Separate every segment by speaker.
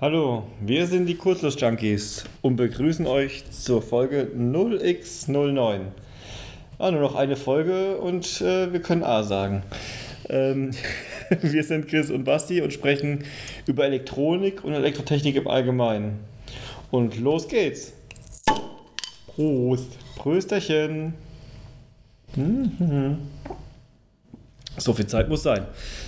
Speaker 1: Hallo, wir sind die Kurzlust-Junkies und begrüßen euch zur Folge 0x09. Ah, nur noch eine Folge und äh, wir können A sagen. Ähm, wir sind Chris und Basti und sprechen über Elektronik und Elektrotechnik im Allgemeinen. Und los geht's. Prost. Prösterchen. Mhm. So viel Zeit muss sein.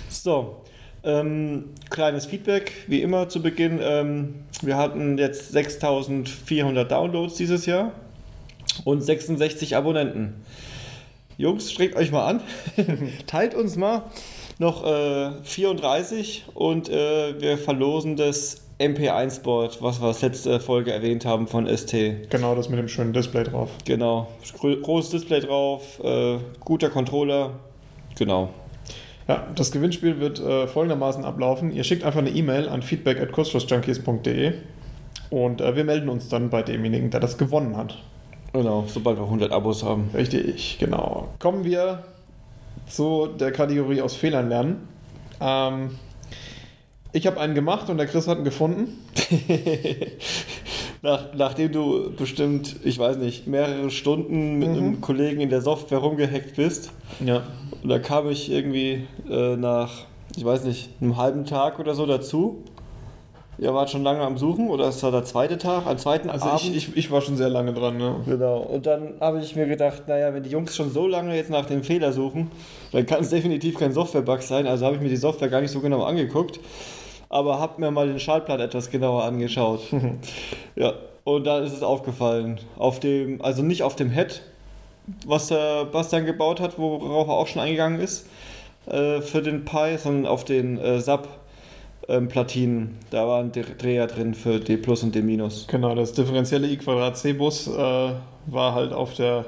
Speaker 1: So, ähm, kleines Feedback, wie immer zu Beginn. Ähm, wir hatten jetzt 6400 Downloads dieses Jahr und 66 Abonnenten. Jungs, streckt euch mal an, teilt uns mal noch äh, 34 und äh, wir verlosen das MP1-Board, was wir als letzte Folge erwähnt haben von ST.
Speaker 2: Genau, das mit dem schönen Display drauf.
Speaker 1: Genau, Gro- großes Display drauf, äh, guter Controller, genau.
Speaker 2: Ja, das Gewinnspiel wird äh, folgendermaßen ablaufen. Ihr schickt einfach eine E-Mail an feedback at kurzschlussjunkies.de und äh, wir melden uns dann bei demjenigen, der das gewonnen hat.
Speaker 1: Genau, sobald wir 100 Abos haben.
Speaker 2: Richtig, genau. Kommen wir zu der Kategorie aus Fehlern lernen. Ähm, ich habe einen gemacht und der Chris hat einen gefunden.
Speaker 1: Nach, nachdem du bestimmt, ich weiß nicht, mehrere Stunden mit
Speaker 2: Mhm.
Speaker 1: einem Kollegen in der Software rumgehackt bist,
Speaker 2: Ja.
Speaker 1: und da kam ich irgendwie äh, nach, ich weiß nicht, einem halben Tag oder so dazu. Ihr wart schon lange am Suchen oder es war der zweite Tag, am zweiten
Speaker 2: Also
Speaker 1: Abend?
Speaker 2: ich, ich, ich war schon sehr lange dran. Ne?
Speaker 1: Genau, und dann habe ich mir gedacht, naja, wenn die Jungs schon so lange jetzt nach dem Fehler suchen, dann kann es definitiv kein Software-Bug sein, also habe ich mir die Software gar nicht so genau angeguckt, aber habe mir mal den Schaltplan etwas genauer angeschaut. ja, und da ist es aufgefallen, auf dem, also nicht auf dem Head, was der Bastian gebaut hat, worauf er auch schon eingegangen ist, äh, für den Pi, sondern auf den äh, Sub. ähm, Platinen, da war ein Dre- Dreher drin für D Plus und D Minus.
Speaker 2: Genau, das differenzielle I-Quadrat-C-Bus äh, war halt auf der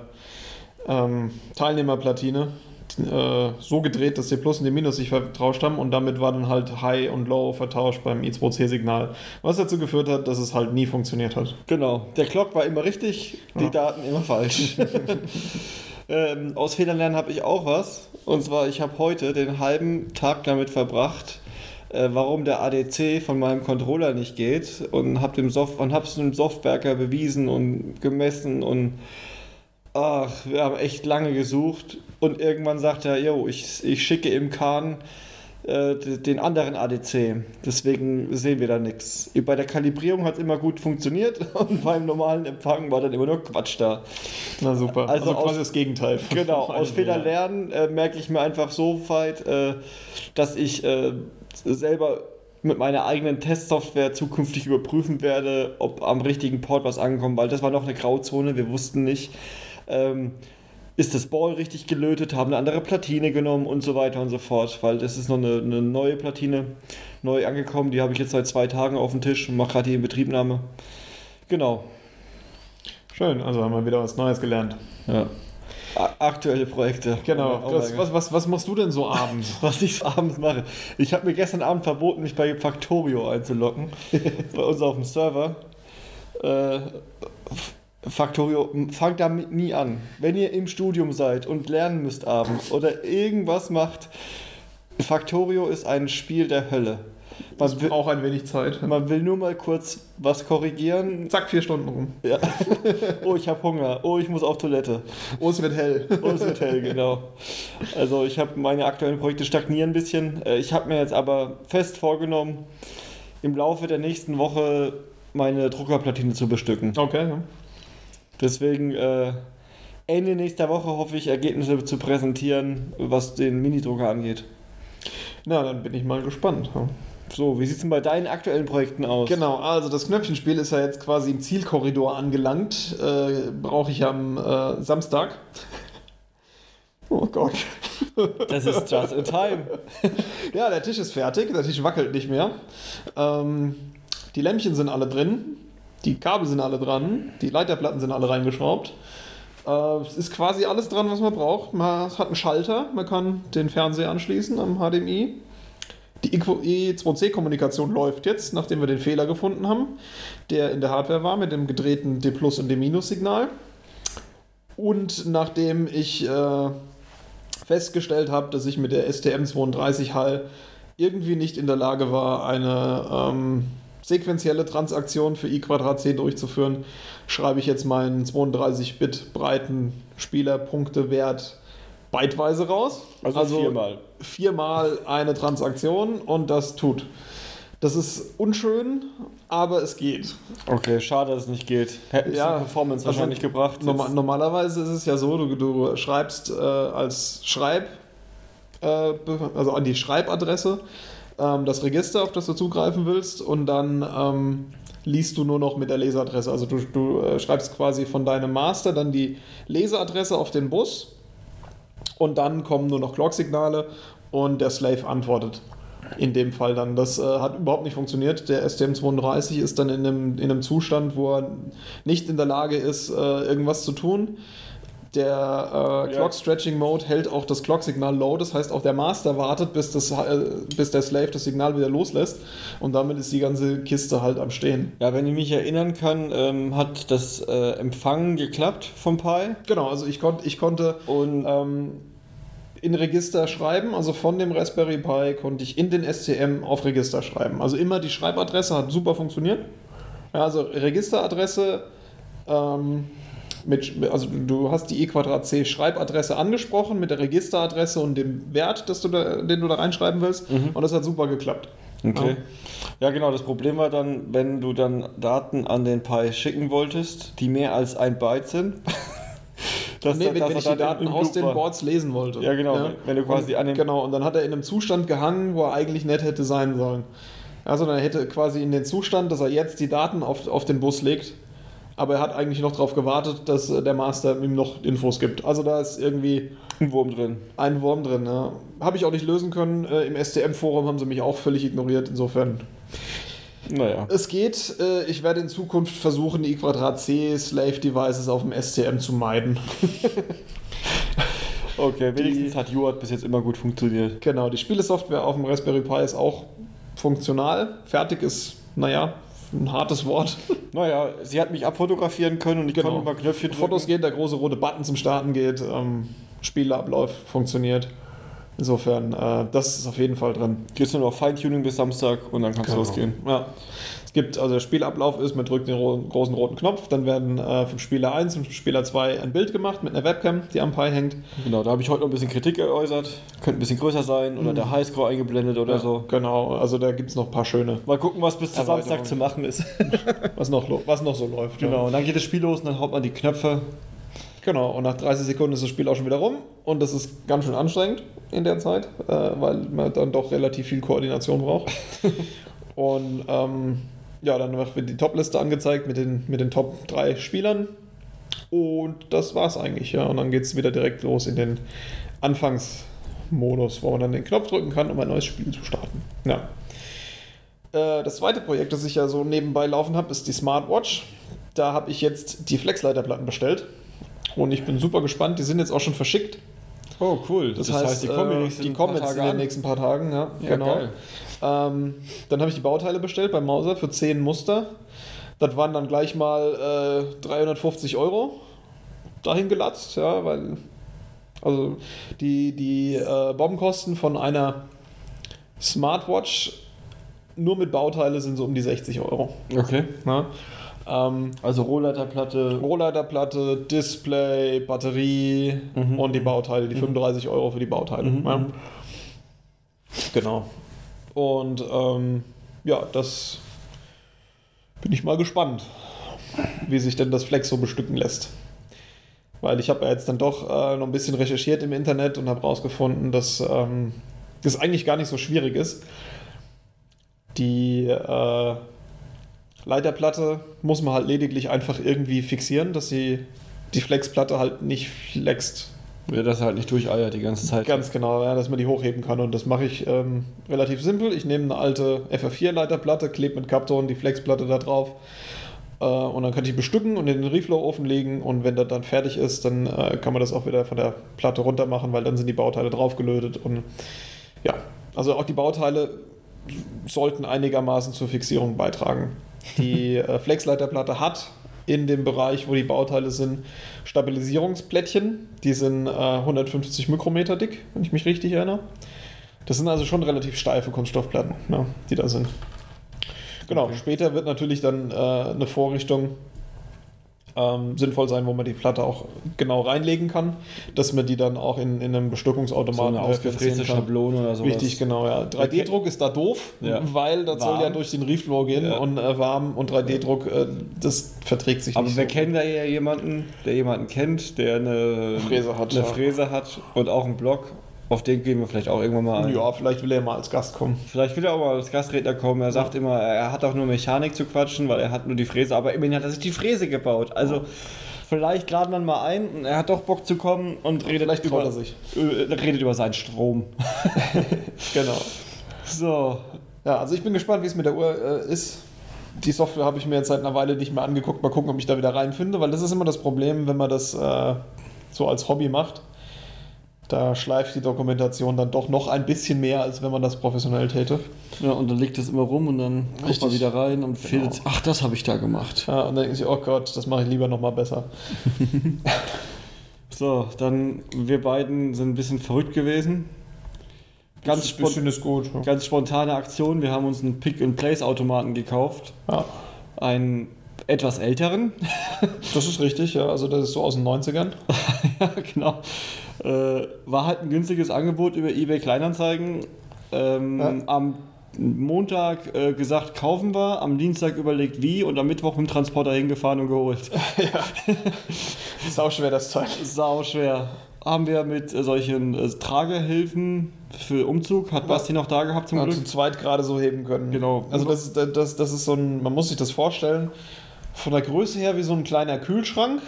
Speaker 2: ähm, Teilnehmerplatine äh, so gedreht, dass die Plus und die Minus sich vertauscht haben und damit war dann halt High und Low vertauscht beim I2C-Signal, was dazu geführt hat, dass es halt nie funktioniert hat.
Speaker 1: Genau, der Clock war immer richtig, die
Speaker 2: Ja.
Speaker 1: Daten immer falsch. ähm, aus Fehlern lernen habe ich auch was. Und zwar, ich habe heute den halben Tag damit verbracht, äh, warum der ADC von meinem Controller nicht geht und habe dem Soft und hab's einem Softwerker bewiesen und gemessen und ach, wir haben echt lange gesucht und irgendwann sagt er, yo, ich, ich schicke im Kahn äh, d- den anderen ADC. Deswegen sehen wir da nichts. Bei der Kalibrierung hat es immer gut funktioniert und beim normalen Empfang war dann immer nur Quatsch da.
Speaker 2: Na super,
Speaker 1: Also
Speaker 2: also,
Speaker 1: aus-
Speaker 2: quasi das Gegenteil. von-
Speaker 1: Genau,
Speaker 2: von
Speaker 1: aus
Speaker 2: einem
Speaker 1: Fehler
Speaker 2: Fehler.
Speaker 1: lernen äh, merke ich mir einfach so weit, äh, dass ich äh, selber mit meiner eigenen Testsoftware zukünftig überprüfen werde, ob am richtigen Port was ankommt, weil das war noch eine Grauzone, wir wussten nicht. Ähm, ist das Ball richtig gelötet, haben eine andere Platine genommen und so weiter und so fort, weil das ist noch eine, eine neue Platine, neu angekommen, die habe ich jetzt seit zwei Tagen auf dem Tisch und mache gerade die Inbetriebnahme. Genau.
Speaker 2: Schön, also haben wir wieder was Neues gelernt.
Speaker 1: Ja. A- Aktuelle Projekte.
Speaker 2: Genau,
Speaker 1: Oh
Speaker 2: das,
Speaker 1: mein Gott.
Speaker 2: was, was, was machst du denn so abends?
Speaker 1: was ich so abends mache. Ich habe mir gestern Abend verboten, mich bei Factorio einzuloggen, bei uns auf dem Server. Äh, F- Factorio, m- fangt damit nie an. Wenn ihr im Studium seid und lernen müsst abends oder irgendwas macht, Factorio ist ein Spiel der Hölle. Man will,
Speaker 2: Auch ein wenig Zeit.
Speaker 1: man will nur mal kurz was korrigieren.
Speaker 2: Zack, vier Stunden rum.
Speaker 1: Ja. Oh, ich habe Hunger. Oh, ich muss auf Toilette.
Speaker 2: Oh, es wird hell.
Speaker 1: Großes Hotel, genau. Also ich habe meine aktuellen Projekte stagnieren ein bisschen. Äh, Ich habe mir jetzt aber fest vorgenommen, im Laufe der nächsten Woche meine Druckerplatine zu bestücken.
Speaker 2: Okay, ja.
Speaker 1: Deswegen äh, Ende nächster Woche hoffe ich, Ergebnisse zu präsentieren, was den Minidrucker angeht.
Speaker 2: na, dann bin ich mal gespannt. Ja.
Speaker 1: So, wie sieht es denn bei deinen aktuellen Projekten aus?
Speaker 2: Genau, also das Knöpfchenspiel ist ja jetzt quasi im Zielkorridor angelangt. Äh, Brauche ich am äh, Samstag. Oh Gott.
Speaker 1: Das ist just in time.
Speaker 2: Ja, der Tisch ist fertig, der Tisch wackelt nicht mehr. Ähm, die Lämpchen sind alle drin, die Kabel sind alle dran, die Leiterplatten sind alle reingeschraubt. Äh, es ist quasi alles dran, was man braucht. Man hat einen Schalter, man kann den Fernseher anschließen am HDMI. Die E2C-Kommunikation läuft jetzt, nachdem wir den Fehler gefunden haben, der in der Hardware war mit dem gedrehten D- und D-Signal. Und nachdem ich äh, festgestellt habe, dass ich mit der STM32 HAL irgendwie nicht in der Lage war, eine ähm, sequentielle Transaktion für i C durchzuführen, schreibe ich jetzt meinen 32-Bit breiten Spielerpunktewert byteweise raus.
Speaker 1: Also viermal.
Speaker 2: Viermal eine Transaktion und das tut. Das ist unschön, aber es geht.
Speaker 1: Okay, schade, dass es nicht geht. Hätte es
Speaker 2: Ja,
Speaker 1: die Performance
Speaker 2: also
Speaker 1: wahrscheinlich gebracht.
Speaker 2: Norma
Speaker 1: jetzt.
Speaker 2: normalerweise ist es ja so, du, du schreibst äh, als Schreib, äh, be- also an die Schreibadresse ähm, das Register, auf das du zugreifen willst, und dann ähm, liest du nur noch mit der Leseadresse. Also du, du äh, schreibst quasi von deinem Master dann die Leseadresse auf den Bus und dann kommen nur noch Clock-Signale und der Slave antwortet. In dem Fall dann. Das äh, hat überhaupt nicht funktioniert. Der STM32 ist dann in einem, in einem Zustand, wo er nicht in der Lage ist, äh, irgendwas zu tun. Der äh,
Speaker 1: Ja.
Speaker 2: Clock Stretching Mode hält auch das Clock-Signal low, das heißt auch der Master wartet, bis, das, äh, bis der Slave das Signal wieder loslässt und damit ist die ganze Kiste halt am Stehen.
Speaker 1: Ja, wenn ich mich erinnern kann, ähm, hat das äh, Empfangen geklappt vom Pi.
Speaker 2: Genau, also ich, konnt, ich konnte
Speaker 1: Und äh,
Speaker 2: ähm, in Register schreiben, also von dem Raspberry Pi konnte ich in den STM auf Register schreiben. Also immer die Schreibadresse hat super funktioniert. Ja, also Registeradresse, ähm, mit, also du hast die E-C Schreibadresse angesprochen mit der Registeradresse und dem Wert, das du da, den du da reinschreiben willst. Und das hat super geklappt.
Speaker 1: Okay. Ja. genau. Das Problem war dann, wenn du dann Daten an den Pi schicken wolltest, die mehr als ein Byte sind. dass
Speaker 2: Nee,
Speaker 1: dann-
Speaker 2: wenn,
Speaker 1: dass
Speaker 2: wenn
Speaker 1: er
Speaker 2: ich die
Speaker 1: dann
Speaker 2: Daten
Speaker 1: im
Speaker 2: aus
Speaker 1: Loop
Speaker 2: den
Speaker 1: war.
Speaker 2: Boards lesen wollte.
Speaker 1: Ja, genau, wenn- wenn du quasi
Speaker 2: und,
Speaker 1: an den-
Speaker 2: Genau, und dann hat er in einem Zustand gehangen, wo er eigentlich nicht hätte sein sollen. Also dann hätte er quasi in den Zustand, dass er jetzt die Daten auf, auf den Bus legt, aber er hat eigentlich noch darauf gewartet, dass äh, der Master ihm noch Infos gibt. Also da ist irgendwie
Speaker 1: Ein Wurm drin.
Speaker 2: ein Wurm drin. Ja. Habe ich auch nicht lösen können. Äh, Im STM-Forum haben sie mich auch völlig ignoriert. Insofern
Speaker 1: Naja.
Speaker 2: es geht. Äh, ich werde in Zukunft versuchen, die I2C Slave Devices auf dem STM zu meiden.
Speaker 1: Okay, wenigstens hat Juhat bis jetzt immer gut funktioniert.
Speaker 2: Genau, die Spielesoftware auf dem Raspberry Pi ist auch funktional. Fertig ist, naja, ein hartes Wort.
Speaker 1: Naja, sie hat mich abfotografieren können und ich
Speaker 2: Genau.
Speaker 1: konnte mal Knöpfchen drücken.
Speaker 2: Fotos gehen, der große rote Button zum Starten geht, ähm, Spieleablauf funktioniert. Insofern, äh, das ist auf jeden Fall drin. Genau.
Speaker 1: Jetzt nur noch Feintuning bis Samstag und dann kannst du losgehen.
Speaker 2: Ja. Es gibt, also der Spielablauf ist, man drückt den ro großen roten Knopf, dann werden äh, vom Spieler 1 und vom Spieler 2 ein Bild gemacht mit einer Webcam, die am Pi hängt.
Speaker 1: Genau, da habe ich heute noch ein bisschen Kritik geäußert. Könnte ein bisschen größer sein oder der Highscore eingeblendet oder so.
Speaker 2: Genau, also da gibt es noch ein paar schöne,
Speaker 1: Mal gucken, was bis zu
Speaker 2: Erweiterung.
Speaker 1: Samstag zu machen ist.
Speaker 2: was noch, lo- was noch so läuft. ja.
Speaker 1: genau, und dann geht das Spiel los und dann haut man die Knöpfe.
Speaker 2: Genau, und nach 30 Sekunden ist das Spiel auch schon wieder rum und das ist ganz schön anstrengend in der Zeit, äh, weil man dann doch relativ viel Koordination braucht. und ähm, ja, dann wird die Top-Liste angezeigt mit den, mit den Top 3 Spielern und das war's eigentlich, ja. Und dann geht's wieder direkt los in den Anfangsmodus, wo man dann den Knopf drücken kann, um ein neues Spiel zu starten. Ja. Äh, Das zweite Projekt, das ich ja so nebenbei laufen habe, ist die Smartwatch. Da habe ich jetzt die Flexleiterplatten bestellt. Und ich bin super gespannt. Die sind jetzt auch schon verschickt.
Speaker 1: Oh, cool.
Speaker 2: Das, heißt, die kommen, äh, die kommen jetzt in den nächsten paar Tagen. Ja,
Speaker 1: Ja,
Speaker 2: genau.
Speaker 1: geil.
Speaker 2: Ähm, dann habe ich die Bauteile bestellt bei Mauser für 10 Muster. Das waren dann gleich mal äh, 350 Euro dahin gelatzt, ja, weil also die, die äh, Bombenkosten von einer Smartwatch nur mit Bauteile sind so um die 60 Euro.
Speaker 1: Okay.
Speaker 2: Ne? Ähm,
Speaker 1: Also Rohleiterplatte.
Speaker 2: Rohleiterplatte, Display, Batterie und die Bauteile, die 35 Euro für die Bauteile. Ja. Genau. Und ähm, ja, das bin ich mal gespannt, wie sich denn das Flex so bestücken lässt. Weil ich habe ja jetzt dann doch äh, noch ein bisschen recherchiert im Internet und habe rausgefunden, dass ähm, das eigentlich gar nicht so schwierig ist. Die äh, Leiterplatte muss man halt lediglich einfach irgendwie fixieren, dass sie die Flexplatte halt nicht flext.
Speaker 1: Ja, das halt nicht durcheiert die ganze Zeit.
Speaker 2: Ganz genau, ja, dass man die hochheben kann. Und das mache ich ähm, relativ simpel. Ich nehme eine alte FR4-Leiterplatte, klebe mit Kapton die Flexplatte da drauf. Äh, und dann kann ich die bestücken und in den Reflow-Ofen legen. Und wenn das dann fertig ist, dann äh, kann man das auch wieder von der Platte runter machen, weil dann sind die Bauteile draufgelötet. Und ja, also auch die Bauteile sollten einigermaßen zur Fixierung beitragen. Die äh, Flexleiterplatte hat in dem Bereich, wo die Bauteile sind, Stabilisierungsplättchen. Die sind äh, 150 Mikrometer dick, wenn ich mich richtig erinnere. Das sind also schon relativ steife Kunststoffplatten, ne, die da sind. Genau, später wird natürlich dann äh, eine Vorrichtung ähm, sinnvoll sein, wo man die Platte auch genau reinlegen kann, dass man die dann auch in, in einem
Speaker 1: So
Speaker 2: Bestückungsautomaten
Speaker 1: eine
Speaker 2: referenzieren
Speaker 1: ausgefräste
Speaker 2: kann.
Speaker 1: Schablone oder sowas.
Speaker 2: Richtig, genau, ja. 3D-Druck ist da doof,
Speaker 1: Ja.
Speaker 2: weil das soll
Speaker 1: Warm.
Speaker 2: ja durch den Reflow gehen
Speaker 1: Ja.
Speaker 2: und äh, warm und 3D-Druck, äh, das verträgt sich
Speaker 1: Aber
Speaker 2: nicht.
Speaker 1: wir
Speaker 2: so.
Speaker 1: kennen da ja jemanden, der jemanden kennt, der eine
Speaker 2: Fräse hat,
Speaker 1: eine
Speaker 2: ja.
Speaker 1: Fräse hat und auch einen Blog. Auf den gehen wir vielleicht auch irgendwann mal ein.
Speaker 2: Ja, vielleicht will er mal als Gast kommen.
Speaker 1: Vielleicht will er auch mal als Gastredner kommen. Er sagt immer, er hat auch nur Mechanik zu quatschen, weil er hat nur die Fräse. Aber immerhin hat er sich die Fräse gebaut. Also vielleicht laden wir ihn mal ein. und Er hat doch Bock zu kommen und redet
Speaker 2: Vielleicht traut
Speaker 1: über,
Speaker 2: er sich.
Speaker 1: äh, redet über seinen Strom.
Speaker 2: Genau.
Speaker 1: So,
Speaker 2: Ja, also ich bin gespannt, wie es mit der Uhr äh, ist. Die Software habe ich mir jetzt seit einer Weile nicht mehr angeguckt. Mal gucken, ob ich da wieder reinfinde, weil das ist immer das Problem, wenn man das äh, so als Hobby macht. Da schleift die Dokumentation dann doch noch ein bisschen mehr, als wenn man das professionell täte.
Speaker 1: ja, und dann liegt das immer rum und dann guckt man
Speaker 2: Richtig.
Speaker 1: wieder rein und findet, ach, das habe ich da gemacht.
Speaker 2: Ja, und dann denken sie, oh Gott, das mache ich lieber nochmal besser.
Speaker 1: So, dann wir beiden sind ein bisschen verrückt gewesen. Ganz,
Speaker 2: Bisschen- bisschen
Speaker 1: spon
Speaker 2: ist gut. Ja.
Speaker 1: ganz spontane Aktion. Wir haben uns einen Pick-and-Place-Automaten gekauft.
Speaker 2: Ja,
Speaker 1: Einen etwas älteren.
Speaker 2: das ist richtig, ja. Also das ist so aus den 90ern.
Speaker 1: ja, genau. Äh, war halt ein günstiges Angebot über eBay Kleinanzeigen. Ähm,
Speaker 2: Ja.
Speaker 1: Am Montag äh, gesagt, kaufen wir, am Dienstag überlegt wie und am Mittwoch mit dem Transporter hingefahren und geholt.
Speaker 2: Ist auch schwer, das Teil.
Speaker 1: Sau schwer. Haben wir mit äh, solchen äh, Tragehilfen für Umzug, hat Basti noch da gehabt zum
Speaker 2: Ja, zu
Speaker 1: Glück.
Speaker 2: zweit gerade so heben können.
Speaker 1: Genau.
Speaker 2: Also das, ist- das, das ist so ein, man muss sich das vorstellen, von der Größe her wie so ein kleiner Kühlschrank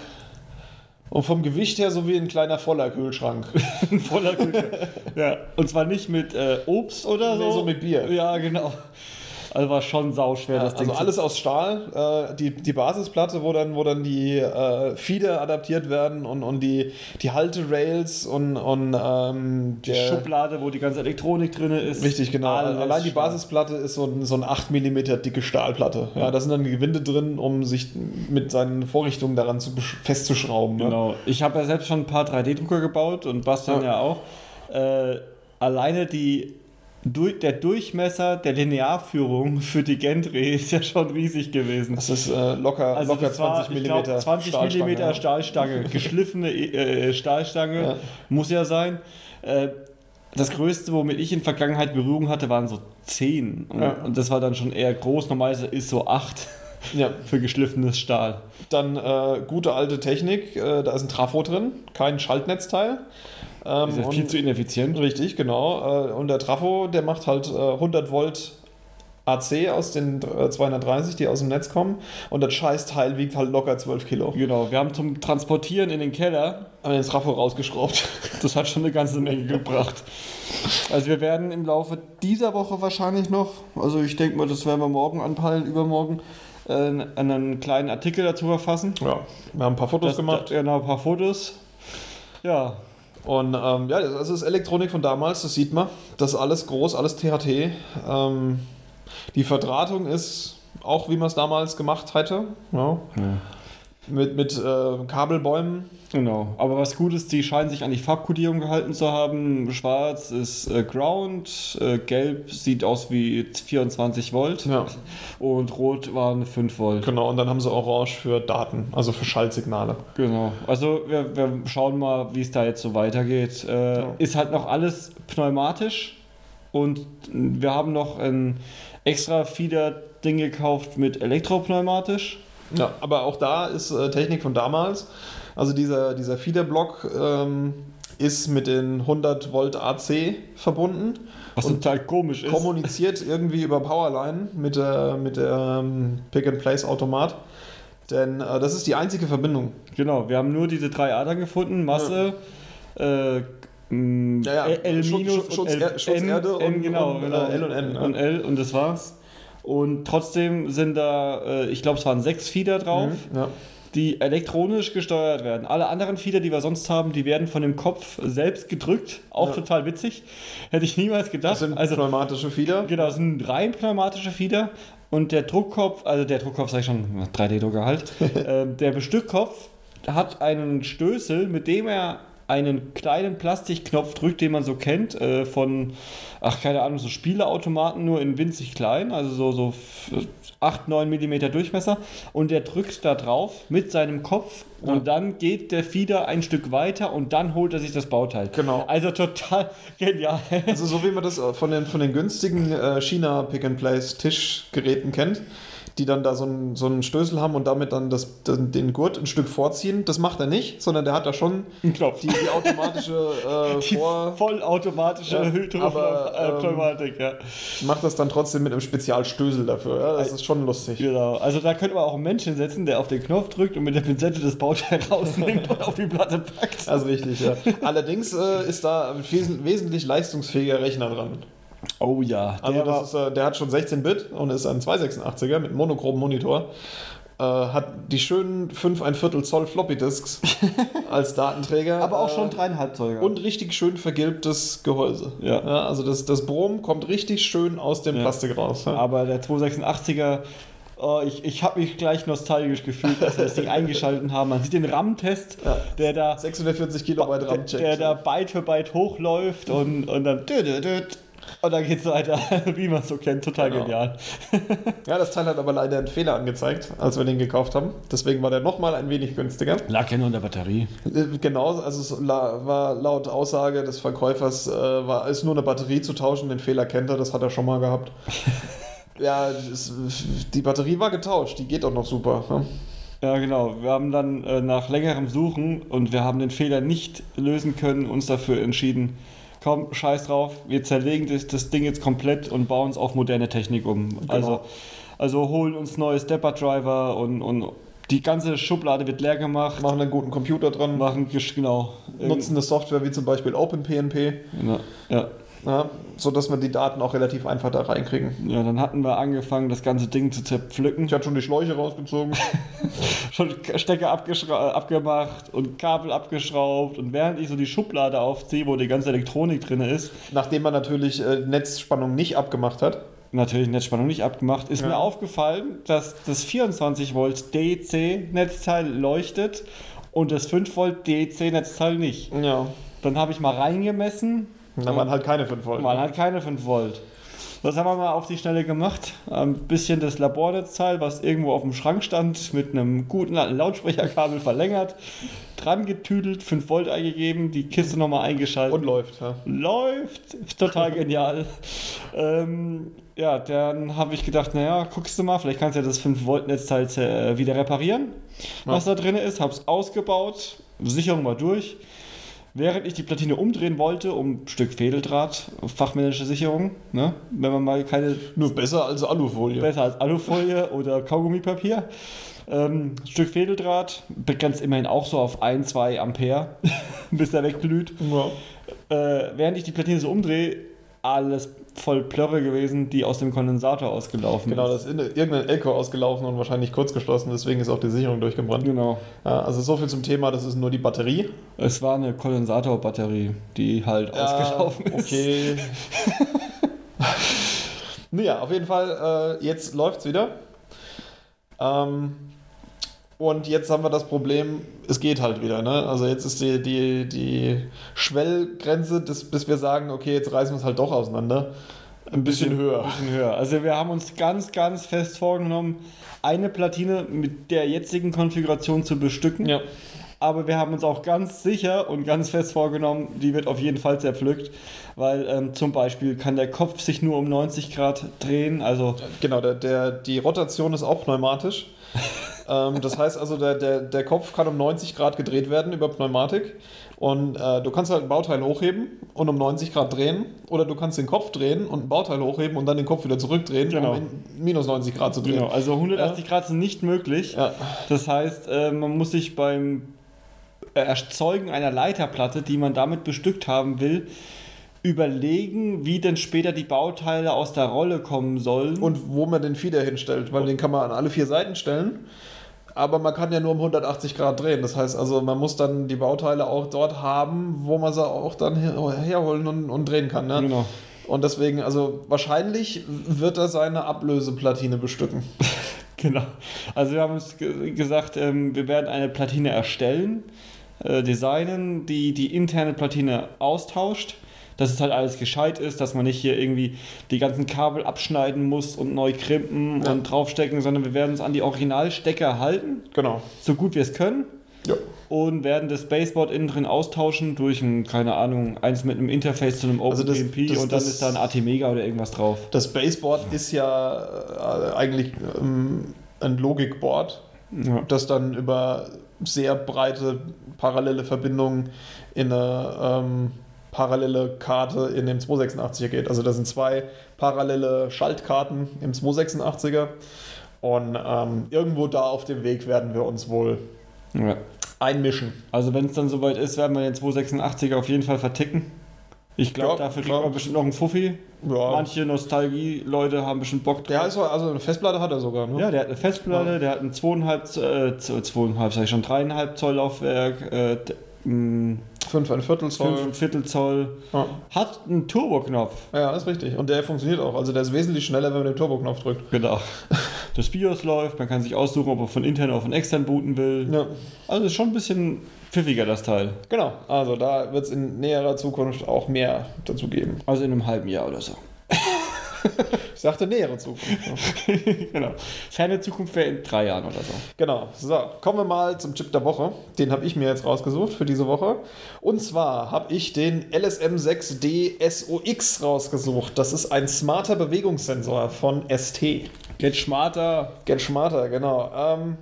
Speaker 2: und vom Gewicht her so wie ein kleiner voller Kühlschrank.
Speaker 1: Voller Küche. ja. Und zwar nicht mit äh, Obst oder
Speaker 2: Nee,
Speaker 1: so.
Speaker 2: so mit Bier.
Speaker 1: Ja, genau. Also war schon sau schwer, das Ding
Speaker 2: also alles aus Stahl, äh, die, die Basisplatte, wo dann, wo dann die äh, Feeder adaptiert werden und, und die, die Halterails und, und ähm,
Speaker 1: Die
Speaker 2: der-
Speaker 1: Schublade, wo die ganze Elektronik drin ist.
Speaker 2: Richtig, genau.
Speaker 1: Alles
Speaker 2: Allein die
Speaker 1: schwer.
Speaker 2: Basisplatte ist so, ein, so eine 8 mm dicke Stahlplatte. Ja, da sind dann Gewinde drin, um sich mit seinen Vorrichtungen daran zu besch- festzuschrauben. ne?
Speaker 1: Genau. Ich habe ja selbst schon ein paar 3D-Drucker gebaut und Bastian ja,
Speaker 2: Ja.
Speaker 1: auch. Äh, alleine die, durch, der Durchmesser der Linearführung für die Gentry ist ja schon riesig gewesen.
Speaker 2: Das ist äh, locker,
Speaker 1: Also
Speaker 2: locker
Speaker 1: das war,
Speaker 2: 20
Speaker 1: ich
Speaker 2: mm.
Speaker 1: glaub, 20
Speaker 2: Stahlstange,
Speaker 1: mm
Speaker 2: ja.
Speaker 1: Stahlstange, geschliffene äh, Stahlstange,
Speaker 2: Ja.
Speaker 1: muss ja sein. Äh, das Größte, womit ich in Vergangenheit Berührung hatte, waren so 10. Und,
Speaker 2: Ja.
Speaker 1: und das war dann schon eher groß. Normalerweise ist so 8
Speaker 2: Ja.
Speaker 1: für geschliffenes Stahl.
Speaker 2: Dann äh, gute alte Technik, äh, da ist ein Trafo drin, kein Schaltnetzteil. Ähm,
Speaker 1: Ist ja
Speaker 2: und-
Speaker 1: viel zu ineffizient.
Speaker 2: Richtig, genau. Äh, Und der Trafo, der macht halt äh, 100 Volt AC aus den äh, 230, die aus dem Netz kommen. Und das Scheißteil wiegt halt locker 12 Kilo.
Speaker 1: Genau, wir haben zum Transportieren in den Keller,
Speaker 2: Haben den Trafo rausgeschraubt.
Speaker 1: das hat schon eine ganze Menge gebracht. Also wir werden im Laufe dieser Woche wahrscheinlich noch, also ich denke mal, das werden wir morgen anpeilen, übermorgen, äh, einen kleinen Artikel dazu verfassen.
Speaker 2: Ja, wir haben ein paar Fotos
Speaker 1: Das-
Speaker 2: gemacht.
Speaker 1: Da, genau, ein paar Fotos. Ja,
Speaker 2: Und ähm, ja, das also ist Elektronik von damals, das sieht man. Das ist alles groß, alles THT. Ähm, die Verdrahtung ist auch, wie man es damals gemacht hätte. Ja. Mit, mit äh, Kabelbäumen.
Speaker 1: genau. Aber was gut ist, die scheinen sich an die Farbkodierung gehalten zu haben. Schwarz ist äh, Ground, äh, Gelb sieht aus wie 24 Volt
Speaker 2: Ja.
Speaker 1: und Rot waren 5 Volt.
Speaker 2: Genau, und dann haben sie Orange für Daten, also für Schaltsignale.
Speaker 1: Genau. Also wir, wir schauen mal, wie es da jetzt so weitergeht. Äh,
Speaker 2: Ja.
Speaker 1: Ist halt noch alles pneumatisch und wir haben noch ein extra Feeder-Ding gekauft mit elektropneumatisch.
Speaker 2: Ja, aber auch da ist äh, Technik von damals. Also dieser, dieser Feederblock ähm, ist mit den 100 Volt AC verbunden.
Speaker 1: Was
Speaker 2: Und
Speaker 1: total komisch ist.
Speaker 2: kommuniziert irgendwie über Powerline mit der, mit der ähm, Pick-and-Place-Automat. Denn äh, das ist die einzige Verbindung.
Speaker 1: genau, wir haben nur diese drei Adern gefunden. Masse, äh, mh,
Speaker 2: Ja, ja,
Speaker 1: L
Speaker 2: Schutz-
Speaker 1: minus
Speaker 2: Schutz-
Speaker 1: und
Speaker 2: Schutz-
Speaker 1: L-
Speaker 2: Schutz-
Speaker 1: N-
Speaker 2: Erde
Speaker 1: N,
Speaker 2: und-
Speaker 1: genau,
Speaker 2: und, äh,
Speaker 1: genau.
Speaker 2: L und N, ja.
Speaker 1: Und L und das war's. Und trotzdem sind da, äh, ich glaube, es waren sechs Feeder drauf.
Speaker 2: Ja.
Speaker 1: die elektronisch gesteuert werden. Alle anderen Feeder, die wir sonst haben, die werden von dem Kopf selbst gedrückt. Auch
Speaker 2: Ja.
Speaker 1: total witzig. Hätte ich niemals gedacht.
Speaker 2: Das sind
Speaker 1: also,
Speaker 2: pneumatische Feeder.
Speaker 1: genau, das sind rein pneumatische Feeder. Und der Druckkopf, also der Druckkopf, sag ich schon, 3D-Drucker halt, ähm, der Bestückkopf hat einen Stößel, mit dem er einen kleinen Plastikknopf drückt, den man so kennt, äh, von, ach keine Ahnung, so Spieleautomaten, nur in winzig klein, also so, so f- 8, 9 Millimeter Durchmesser. Und der drückt da drauf mit seinem Kopf und dann geht der Fieder ein Stück weiter und dann holt er sich das Bauteil.
Speaker 2: Genau.
Speaker 1: Also total genial.
Speaker 2: Also so wie man das von den, von den günstigen äh, China Pick-and-Place-Tischgeräten kennt, die dann da so einen, so einen Stößel haben und damit dann das, den, den Gurt ein Stück vorziehen. Das macht er nicht, sondern der hat da schon
Speaker 1: Ein Knopf.
Speaker 2: die, die automatische äh,
Speaker 1: Die
Speaker 2: Vor...
Speaker 1: vollautomatische
Speaker 2: Ja,
Speaker 1: ja,
Speaker 2: aber, ähm,
Speaker 1: Hülltrumpfpneumatik, ja.
Speaker 2: Macht das dann trotzdem mit einem Spezialstößel dafür. Ja? Das ist schon lustig.
Speaker 1: Genau. Also da könnte man auch einen Menschen setzen, der auf den Knopf drückt und mit der Pinzette das Bauteil rausnimmt und auf die Platte packt.
Speaker 2: Das ist richtig, ja. Allerdings äh, ist da ein wes- wesentlich leistungsfähiger Rechner dran.
Speaker 1: Oh ja. Der
Speaker 2: Also
Speaker 1: war,
Speaker 2: das ist, äh, der hat schon 16-Bit und ist ein 286er mit monochrom Monitor. Äh, hat die schönen 5 ein Viertel Zoll Floppy Disks als Datenträger.
Speaker 1: aber auch
Speaker 2: äh,
Speaker 1: schon dreieinhalb Zoll.
Speaker 2: Und richtig schön vergilbtes Gehäuse.
Speaker 1: Ja.
Speaker 2: also das, das Brom kommt richtig schön aus dem
Speaker 1: Ja.
Speaker 2: Plastik raus. Ja.
Speaker 1: aber der 286er, oh, ich, ich habe mich gleich nostalgisch gefühlt, als wir das Ding eingeschaltet haben. Man sieht den RAM-Test,
Speaker 2: Ja.
Speaker 1: der da
Speaker 2: 640 Kilobyte
Speaker 1: der,
Speaker 2: RAM checkt.
Speaker 1: der da Byte für Byte hochläuft und, und dann dü- dü- dü- und dann geht's weiter, wie man es so kennt. Total
Speaker 2: Genau.
Speaker 1: genial.
Speaker 2: Ja, das Teil hat aber leider einen Fehler angezeigt, als wir den gekauft haben. Deswegen war der nochmal ein wenig günstiger.
Speaker 1: Lag ja nur in der Batterie.
Speaker 2: Äh, Genau, also es la- war laut Aussage des Verkäufers, äh, war, ist nur eine Batterie zu tauschen, den Fehler kennt er, das hat er schon mal gehabt. ja, es, die Batterie war getauscht, die geht auch noch super. Ne?
Speaker 1: Ja, genau. Wir haben dann äh, nach längerem Suchen und wir haben den Fehler nicht lösen können, uns dafür entschieden, komm, scheiß drauf, wir zerlegen das, das Ding jetzt komplett und bauen es auf moderne Technik um. Also, also holen uns neue Stepper-Driver und, und die ganze Schublade wird leer gemacht.
Speaker 2: Machen einen guten Computer dran,
Speaker 1: Machen, gesch- genau.
Speaker 2: nutzen eine Software wie zum Beispiel OpenPNP,
Speaker 1: Ja, ja.
Speaker 2: ja, sodass wir die Daten auch relativ einfach da reinkriegen.
Speaker 1: ja, dann hatten wir angefangen, das ganze Ding zu zerpflücken.
Speaker 2: Ich hatte schon die Schläuche rausgezogen.
Speaker 1: schon Stecker abgeschra- abgemacht und Kabel abgeschraubt. Und während ich so die Schublade aufziehe, wo die ganze Elektronik drin ist,
Speaker 2: Nachdem man natürlich äh, Netzspannung nicht abgemacht hat.
Speaker 1: natürlich Netzspannung nicht abgemacht, ist
Speaker 2: Ja.
Speaker 1: mir aufgefallen, dass das 24 Volt DC Netzteil leuchtet und das 5 Volt DC Netzteil nicht.
Speaker 2: Ja.
Speaker 1: Dann habe ich mal reingemessen,
Speaker 2: Da waren halt keine 5 Volt.
Speaker 1: man hat keine 5 Volt. Das haben wir mal auf die Schnelle gemacht. Ein bisschen das Labornetzteil, was irgendwo auf dem Schrank stand, mit einem guten alten Lautsprecherkabel verlängert, dran getüdelt, 5 Volt eingegeben, die Kiste nochmal eingeschaltet.
Speaker 2: Und läuft. Ja.
Speaker 1: Läuft! Total genial. ähm, ja, dann habe ich gedacht, naja, guckst du mal, vielleicht kannst du ja das 5-Volt-Netzteil äh, wieder reparieren, was da drin ist. Hab's ausgebaut, Sicherung war durch. Während ich die Platine umdrehen wollte, um ein Stück Fädeldraht, fachmännische Sicherung, ne? wenn man mal keine
Speaker 2: Nur besser als Alufolie.
Speaker 1: besser als Alufolie oder Kaugummipapier, ähm, ein Stück Fädeldraht, begrenzt immerhin auch so auf 1, 2 Ampere, bis der wegglüht
Speaker 2: ja.
Speaker 1: äh, während ich die Platine so umdrehe, alles voll Plörre gewesen, die aus dem Kondensator ausgelaufen
Speaker 2: Genau,
Speaker 1: ist.
Speaker 2: das ist irgendein Elko ausgelaufen und wahrscheinlich kurzgeschlossen, deswegen ist auch die Sicherung durchgebrannt.
Speaker 1: Genau.
Speaker 2: Ja, also so viel zum Thema, das ist nur die Batterie.
Speaker 1: Es war eine Kondensatorbatterie, die halt ausgelaufen ist.
Speaker 2: Ähm, Okay. naja, auf jeden Fall, äh, jetzt läuft's wieder. Ähm, und jetzt haben wir das Problem, es geht halt wieder. Ne? Also jetzt ist die, die, die Schwellgrenze, des, bis wir sagen, okay, jetzt reißen wir es halt doch auseinander, ein bisschen höher.
Speaker 1: Ein bisschen höher. Also wir haben uns ganz, ganz fest vorgenommen, eine Platine mit der jetzigen Konfiguration zu bestücken.
Speaker 2: Ja.
Speaker 1: Aber wir haben uns auch ganz sicher und ganz fest vorgenommen, die wird auf jeden Fall zerpflückt, weil ähm, zum Beispiel kann der Kopf sich nur um 90 Grad drehen, also
Speaker 2: Genau, der, der, die Rotation ist auch pneumatisch. ähm, das heißt also, der, der, der Kopf kann um 90 Grad gedreht werden über Pneumatik. Und äh, du kannst halt ein Bauteil hochheben und um 90 Grad drehen. Oder du kannst den Kopf drehen und ein Bauteil hochheben und dann den Kopf wieder zurückdrehen,
Speaker 1: Genau.
Speaker 2: um in minus 90 Grad zu drehen.
Speaker 1: Genau, also 180 Grad sind nicht möglich.
Speaker 2: Ja.
Speaker 1: Das heißt, äh, man muss sich beim äh, Erzeugen einer Leiterplatte, die man damit bestückt haben will, überlegen, wie denn später die Bauteile aus der Rolle kommen sollen.
Speaker 2: Und wo man den Feeder hinstellt, weil den kann man an alle vier Seiten stellen. Aber man kann ja nur um 180 Grad drehen. Das heißt also, man muss dann die Bauteile auch dort haben, wo man sie auch dann her herholen und, und drehen kann. Ne?
Speaker 1: genau.
Speaker 2: Und deswegen, also wahrscheinlich wird er seine Ablöseplatine bestücken.
Speaker 1: Genau. Also wir haben uns ge gesagt, ähm, wir werden eine Platine erstellen, äh, designen, die die interne Platine austauscht. Dass es halt alles gescheit ist, dass man nicht hier irgendwie die ganzen Kabel abschneiden muss und neu krimpen
Speaker 2: Ja.
Speaker 1: und draufstecken, sondern wir werden uns an die Originalstecker halten,
Speaker 2: Genau.
Speaker 1: so gut wir es können.
Speaker 2: Ja.
Speaker 1: Und werden das Baseboard innen drin austauschen durch ein, keine Ahnung, eins mit einem Interface zu einem
Speaker 2: Also das-
Speaker 1: OpenGMP
Speaker 2: das-
Speaker 1: und dann
Speaker 2: das-
Speaker 1: ist da ein ATmega oder irgendwas drauf.
Speaker 2: Das Baseboard ist ja äh, eigentlich ähm, ein Logikboard,
Speaker 1: Ja.
Speaker 2: das dann über sehr breite parallele Verbindungen in eine ähm, parallele Karte in dem 286er geht. Also das sind zwei parallele Schaltkarten im 286er. Und ähm, irgendwo da auf dem Weg werden wir uns wohl
Speaker 1: Ja.
Speaker 2: einmischen.
Speaker 1: Also wenn es dann soweit ist, werden wir den 286er auf jeden Fall verticken. Ich glaube,
Speaker 2: Ja,
Speaker 1: dafür kriegt
Speaker 2: klar.
Speaker 1: man bestimmt noch einen Fuffi.
Speaker 2: Ja,
Speaker 1: Manche Nostalgie-Leute haben bestimmt Bock
Speaker 2: der
Speaker 1: drauf.
Speaker 2: ist also eine Festplatte hat er sogar, ne?
Speaker 1: ja, der hat eine Festplatte, der hat ein 2,5, äh, z- 2,5, sag ich schon, 3,5 Zoll Laufwerk, äh, d- mh,
Speaker 2: Fünf, ein Viertel Zoll.
Speaker 1: 5 Viertel Zoll,
Speaker 2: Ja.
Speaker 1: hat einen Turboknopf.
Speaker 2: ja, das ist richtig. Und der funktioniert auch. Also der ist wesentlich schneller, wenn man den Turboknopf drückt.
Speaker 1: Genau. Das BIOS läuft, man kann sich aussuchen, ob er von intern oder von extern booten will.
Speaker 2: Ja.
Speaker 1: Also ist schon ein bisschen pfiffiger, das Teil.
Speaker 2: Genau, also da wird es in näherer Zukunft auch mehr dazu geben.
Speaker 1: Also in einem halben Jahr oder so.
Speaker 2: Ich sagte nähere Zukunft. ja.
Speaker 1: genau. Ferne Zukunft wäre in drei Jahren oder so.
Speaker 2: genau, so, kommen wir mal zum Chip der Woche. Den habe ich mir jetzt rausgesucht für diese Woche. Und zwar habe ich den LSM6D SOX rausgesucht. Das ist ein smarter Bewegungssensor von ST.
Speaker 1: Get smarter.
Speaker 2: Get Smarter, genau. Ähm,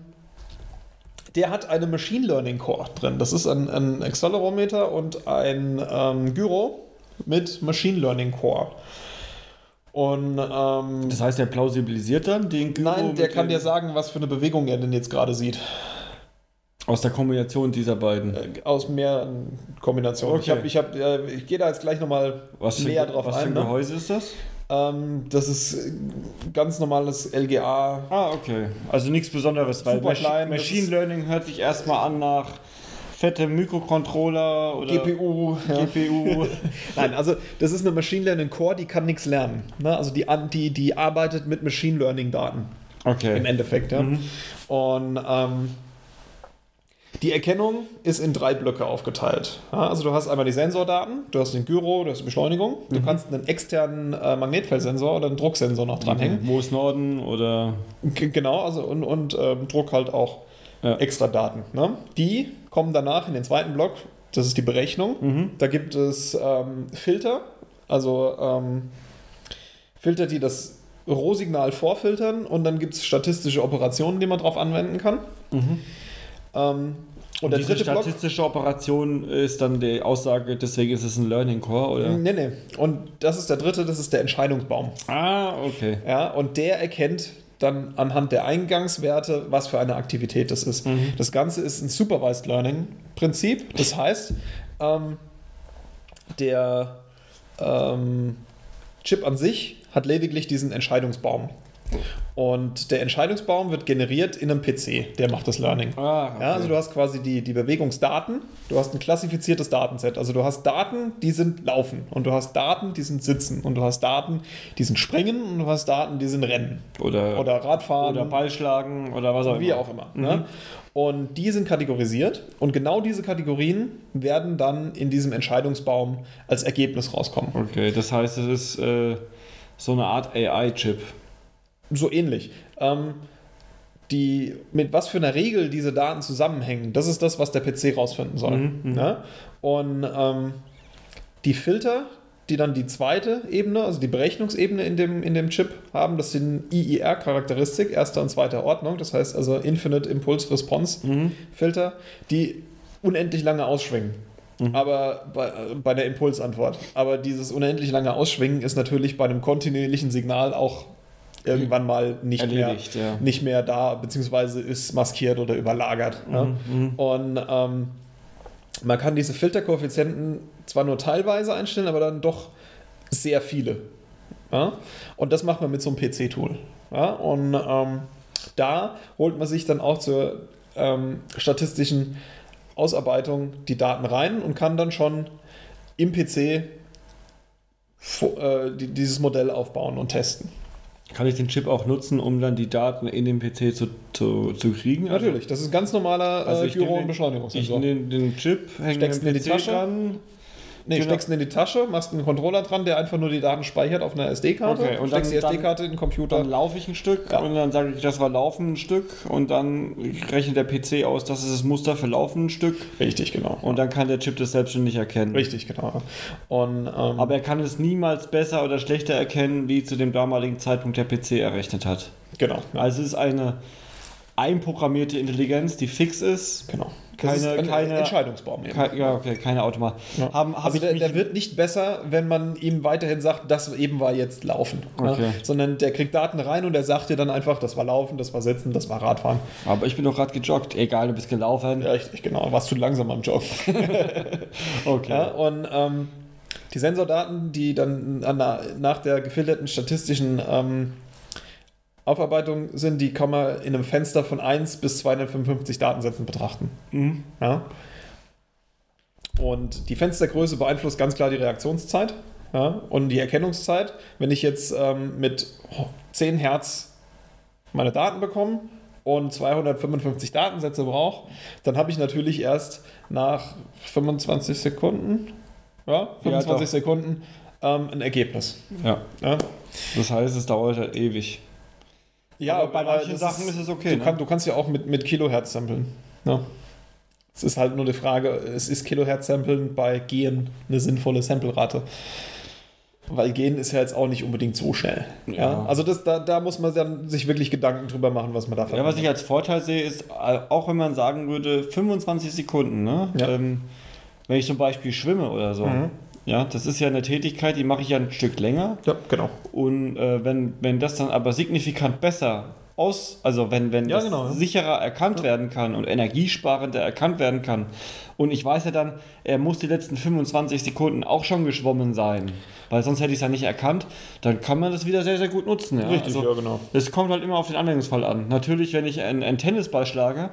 Speaker 2: der hat eine Machine Learning Core drin. Das ist ein, ein Accelerometer und ein ähm, Gyro mit Machine Learning Core. Und ähm,
Speaker 1: Das heißt, der plausibilisiert dann den Gyro
Speaker 2: nein, der
Speaker 1: mit
Speaker 2: kann
Speaker 1: dem-
Speaker 2: dir sagen, was für eine Bewegung er denn jetzt gerade sieht.
Speaker 1: Aus der Kombination dieser beiden.
Speaker 2: Äh, Aus mehreren Kombinationen. Ich,
Speaker 1: Okay.
Speaker 2: hab, ich, hab, äh, ich gehe da jetzt gleich nochmal
Speaker 1: Was für,
Speaker 2: näher
Speaker 1: ein-
Speaker 2: drauf
Speaker 1: was für
Speaker 2: ein.
Speaker 1: ein
Speaker 2: Ne?
Speaker 1: Gehäuse ist das?
Speaker 2: Ähm, das ist äh, ganz normales LGA
Speaker 1: Ah, okay. Also nichts Besonderes, weil
Speaker 2: Super
Speaker 1: Masch
Speaker 2: klein, das
Speaker 1: Machine
Speaker 2: ist-
Speaker 1: Learning hört sich erstmal an nach fettem Mikrocontroller oder
Speaker 2: GPU. ja.
Speaker 1: GPU.
Speaker 2: Nein, also das ist eine Machine Learning Core, die kann nichts lernen. Ne? Also die, an- die, die arbeitet mit Machine Learning Daten im
Speaker 1: okay.
Speaker 2: Endeffekt. Ja? Und ähm, die Erkennung ist in drei Blöcke aufgeteilt. Ja? Also du hast einmal die Sensordaten, du hast den Gyro, du hast die Beschleunigung, du kannst einen externen äh, Magnetfeldsensor oder einen Drucksensor noch dranhängen.
Speaker 1: Wo ist Norden oder
Speaker 2: G- Genau, also und, und ähm, Druck halt auch
Speaker 1: Ja.
Speaker 2: extra Daten. Ne? Die kommen danach in den zweiten Block, das ist die Berechnung.
Speaker 1: Mhm.
Speaker 2: Da gibt es ähm, Filter, also ähm, Filter, die das Rohsignal vorfiltern und dann gibt es statistische Operationen, die man drauf anwenden kann. Ähm, und, der
Speaker 1: Mhm. diese
Speaker 2: dritte Block.
Speaker 1: statistische Operation ist dann die Aussage, deswegen ist es ein Learning Core oder?
Speaker 2: Nee, nee. Und das ist der dritte, das ist der Entscheidungsbaum.
Speaker 1: Ah, okay.
Speaker 2: Ja, und der erkennt dann anhand der Eingangswerte, was für eine Aktivität das ist. Das Ganze ist ein Supervised Learning-Prinzip. Das heißt, ähm, der ähm, Chip an sich hat lediglich diesen Entscheidungsbaum. Und der Entscheidungsbaum wird generiert in einem PC. Der macht das Learning.
Speaker 1: Ah,
Speaker 2: Ja, also du hast quasi die, die Bewegungsdaten, du hast ein klassifiziertes Datenset. Also du hast Daten, die sind laufen und du hast Daten, die sind sitzen und du hast Daten, die sind springen und du hast Daten, die sind rennen
Speaker 1: oder, oder,
Speaker 2: oder Radfahren
Speaker 1: oder Ball schlagen oder was auch
Speaker 2: wie auch immer. Ne? Und die sind kategorisiert und genau diese Kategorien werden dann in diesem Entscheidungsbaum als Ergebnis rauskommen.
Speaker 1: Okay, das heißt, es ist äh, so eine Art AI-Chip.
Speaker 2: so ähnlich. Ähm, die, mit was für einer Regel diese Daten zusammenhängen, das ist das, was der PC rausfinden soll.
Speaker 1: Mhm,
Speaker 2: ne? Und ähm, die Filter, die dann die zweite Ebene, also die Berechnungsebene in dem, in dem Chip haben, das sind IIR-Charakteristik, erster und zweiter Ordnung, das heißt also Infinite Impulse Response
Speaker 1: Mhm.
Speaker 2: Filter, die unendlich lange ausschwingen.
Speaker 1: Mhm.
Speaker 2: Aber bei, äh, bei der Impulsantwort. Aber dieses unendlich lange Ausschwingen ist natürlich bei einem kontinuierlichen Signal auch irgendwann mal nicht mehr
Speaker 1: Erledigt, ja.
Speaker 2: nicht mehr da, beziehungsweise ist maskiert oder überlagert. Ne? Und ähm, man kann diese Filterkoeffizienten zwar nur teilweise einstellen, aber dann doch sehr viele. Ja? Und das macht man mit so einem PC-Tool. Ja? Und ähm, da holt man sich dann auch zur ähm, statistischen Ausarbeitung die Daten rein und kann dann schon im PC vo- äh, die, dieses Modell aufbauen und testen.
Speaker 1: Kann ich den Chip auch nutzen, um dann die Daten in den PC zu, zu, zu kriegen? Also-
Speaker 2: Natürlich, das ist ein ganz normaler
Speaker 1: Also
Speaker 2: äh,
Speaker 1: ich nehme
Speaker 2: Gyro-
Speaker 1: den-
Speaker 2: und
Speaker 1: Ich
Speaker 2: Beschleunigungssensor.
Speaker 1: nehme den Chip, hänge
Speaker 2: Steckst ihn in die Tasche?
Speaker 1: dran.
Speaker 2: Nee,
Speaker 1: Genau.
Speaker 2: steckst ihn in die Tasche, machst einen Controller dran, der einfach nur die Daten speichert auf einer SD-Karte.
Speaker 1: Okay, und
Speaker 2: steckst
Speaker 1: dann-
Speaker 2: die SD-Karte in den Computer.
Speaker 1: Dann laufe ich ein Stück
Speaker 2: Ja.
Speaker 1: und dann sage ich, das war Laufen ein Stück und dann rechnet der PC aus, das ist das Muster für Laufen ein Stück
Speaker 2: Richtig, genau.
Speaker 1: und dann kann der Chip das selbstständig erkennen.
Speaker 2: Richtig, genau. Und, ähm,
Speaker 1: Aber er kann es niemals besser oder schlechter erkennen, wie zu dem damaligen Zeitpunkt der PC errechnet hat.
Speaker 2: genau. ja,
Speaker 1: Also es ist eine einprogrammierte Intelligenz, die fix ist.
Speaker 2: genau.
Speaker 1: keine-
Speaker 2: das ist ein
Speaker 1: keine-
Speaker 2: Entscheidungsbaum. eben.
Speaker 1: Ke ja, okay, keine Automat.
Speaker 2: Ja.
Speaker 1: Haben, hab
Speaker 2: also
Speaker 1: ich
Speaker 2: der,
Speaker 1: mich-
Speaker 2: der wird nicht besser, wenn man ihm weiterhin sagt, das eben war jetzt Laufen.
Speaker 1: Okay.
Speaker 2: Ne? Sondern der kriegt Daten rein und er sagt dir dann einfach, das war Laufen, das war Sitzen, das war Radfahren.
Speaker 1: aber ich bin doch gerade gejoggt. Egal, du bist gelaufen.
Speaker 2: Ja, richtig, genau. Warst zu langsam am Joggen.
Speaker 1: Okay.
Speaker 2: Ja, und ähm, die Sensordaten, die dann an der, nach der gefilterten statistischen ähm, Aufarbeitung sind, die kann man in einem Fenster von 1 bis 255 Datensätzen betrachten.
Speaker 1: Mhm.
Speaker 2: Ja? Und die Fenstergröße beeinflusst ganz klar die Reaktionszeit ja? und die Erkennungszeit. Wenn ich jetzt ähm, mit oh, 10 Hertz meine Daten bekomme und 255 Datensätze brauche, dann habe ich natürlich erst nach 25 Sekunden, ja, 25
Speaker 1: doch.
Speaker 2: Sekunden ähm, ein Ergebnis.
Speaker 1: ja.
Speaker 2: Ja,
Speaker 1: Das heißt, es dauert halt ewig.
Speaker 2: ja
Speaker 1: aber bei manchen
Speaker 2: das
Speaker 1: Sachen ist es okay. ne?
Speaker 2: du, kann, du kannst ja auch mit, mit Kilohertz samplen. Ja. Es ist halt nur die Frage, es ist Kilohertz-Samplen bei Gehen eine sinnvolle Samplerate. Weil Gehen ist ja jetzt auch nicht unbedingt so schnell. Ja.
Speaker 1: Ja.
Speaker 2: Also das, da, da muss man dann sich wirklich Gedanken drüber machen, was man da
Speaker 1: Ja, was ich als Vorteil sehe, ist, äh, auch wenn man sagen würde, 25 Sekunden, ne?
Speaker 2: Ja.
Speaker 1: Ähm, wenn ich zum Beispiel schwimme oder so.
Speaker 2: Mhm.
Speaker 1: Ja, das ist ja eine Tätigkeit, die mache ich ja ein Stück länger.
Speaker 2: ja, genau.
Speaker 1: Und äh, wenn, wenn das dann aber signifikant besser aus, also wenn, wenn
Speaker 2: Ja,
Speaker 1: das
Speaker 2: genau, ja.
Speaker 1: sicherer erkannt werden kann und energiesparender erkannt werden kann. Und ich weiß ja dann, er muss die letzten 25 Sekunden auch schon geschwommen sein, weil sonst hätte ich es ja nicht erkannt, dann kann man das wieder sehr, sehr gut nutzen. Ja?
Speaker 2: Richtig,
Speaker 1: also,
Speaker 2: ja, genau.
Speaker 1: es kommt halt immer auf den Anwendungsfall an. Natürlich, wenn ich einen, einen Tennisball schlage,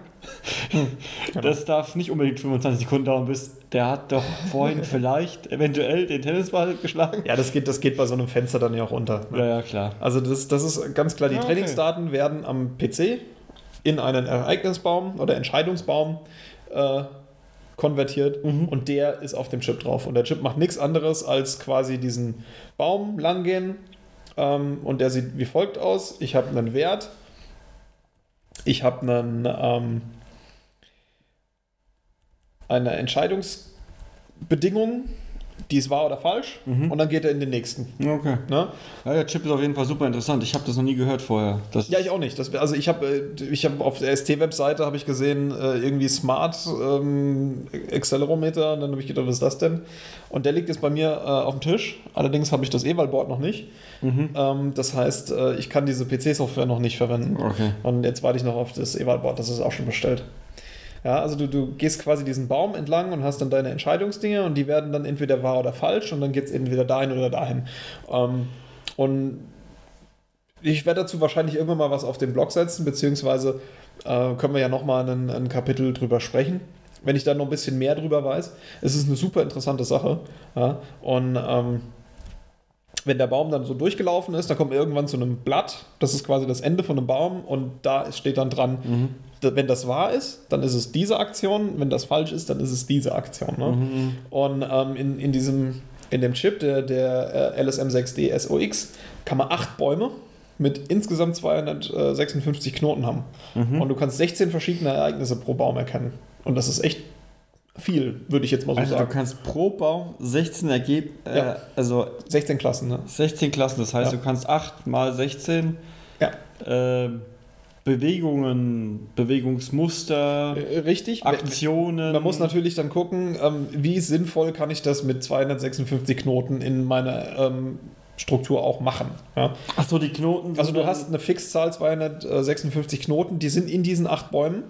Speaker 1: das darf nicht unbedingt 25 Sekunden dauern, bis der hat doch vorhin vielleicht eventuell den Tennisball geschlagen.
Speaker 2: Ja, das geht, das geht bei so einem Fenster dann ja auch unter. ne?
Speaker 1: Ja, ja, klar.
Speaker 2: Also das, das ist ganz klar, die
Speaker 1: Ja, okay.
Speaker 2: Trainingsdaten werden am PC in einen Ereignisbaum oder Entscheidungsbaum äh, konvertiert und der ist auf dem Chip drauf. Und der Chip macht nichts anderes als quasi diesen Baum langgehen ähm, und der sieht wie folgt aus. Ich habe einen Wert, ich habe einen ähm, eine Entscheidungsbedingung, die es wahr oder falsch und dann geht er in den nächsten.
Speaker 1: Okay.
Speaker 2: Ne?
Speaker 1: Ja, der Chip ist auf jeden Fall super interessant. Ich habe das noch nie gehört vorher. Das
Speaker 2: Ja, ich auch nicht. Das, also ich habe ich hab auf der ST-Webseite habe ich gesehen, äh, irgendwie Smart ähm, Accelerometer und dann habe ich gedacht, was ist das denn? Und der liegt jetzt bei mir äh, auf dem Tisch. Allerdings habe ich das Ewald-Board noch nicht. Ähm, das heißt, äh, ich kann diese PC-Software noch nicht verwenden.
Speaker 1: Okay.
Speaker 2: Und jetzt warte ich noch auf das Ewald-Board, das ist auch schon bestellt. Ja, also du, du gehst quasi diesen Baum entlang und hast dann deine Entscheidungsdinge und die werden dann entweder wahr oder falsch und dann geht es entweder dahin oder dahin. Ähm, und ich werde dazu wahrscheinlich irgendwann mal was auf den Blog setzen, beziehungsweise äh, können wir ja nochmal ein, ein Kapitel drüber sprechen, wenn ich da noch ein bisschen mehr drüber weiß. Es ist eine super interessante Sache. Ja? Und ähm, wenn der Baum dann so durchgelaufen ist, dann kommt er irgendwann zu einem Blatt. Das ist quasi das Ende von einem Baum und da steht dann dran, da- wenn das wahr ist, dann ist es diese Aktion. Wenn das falsch ist, dann ist es diese Aktion. Ne? Und ähm, in, in diesem in dem Chip der, der äh, LSM6D SOX kann man acht Bäume mit insgesamt 256 Knoten haben. Und du kannst 16 verschiedene Ereignisse pro Baum erkennen. Und das ist echt viel, würde ich jetzt mal so
Speaker 1: also du
Speaker 2: sagen.
Speaker 1: kannst pro Baum 16 ergeben,
Speaker 2: Ja.
Speaker 1: äh, also
Speaker 2: 16 Klassen, ne?
Speaker 1: 16 Klassen. Das heißt,
Speaker 2: Ja.
Speaker 1: du kannst 8 mal 16
Speaker 2: Ja.
Speaker 1: äh, Bewegungen, Bewegungsmuster,
Speaker 2: Äh, Richtig.
Speaker 1: Aktionen.
Speaker 2: Man muss natürlich dann gucken, ähm, wie sinnvoll kann ich das mit 256 Knoten in meiner ähm, Struktur auch machen. Ja?
Speaker 1: Achso, die Knoten. sind
Speaker 2: Also du
Speaker 1: dann-
Speaker 2: hast eine Fixzahl 256 Knoten, die sind in diesen acht Bäumen